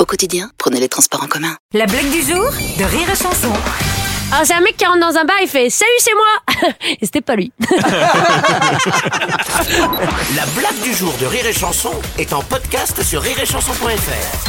Au quotidien, prenez les transports en commun. La blague du jour de Rire et Chanson. Alors c'est un mec qui rentre dans un bar, il fait Salut, c'est moi Et c'était pas lui. La blague du jour de Rire et Chanson est en podcast sur rireetchanson.fr.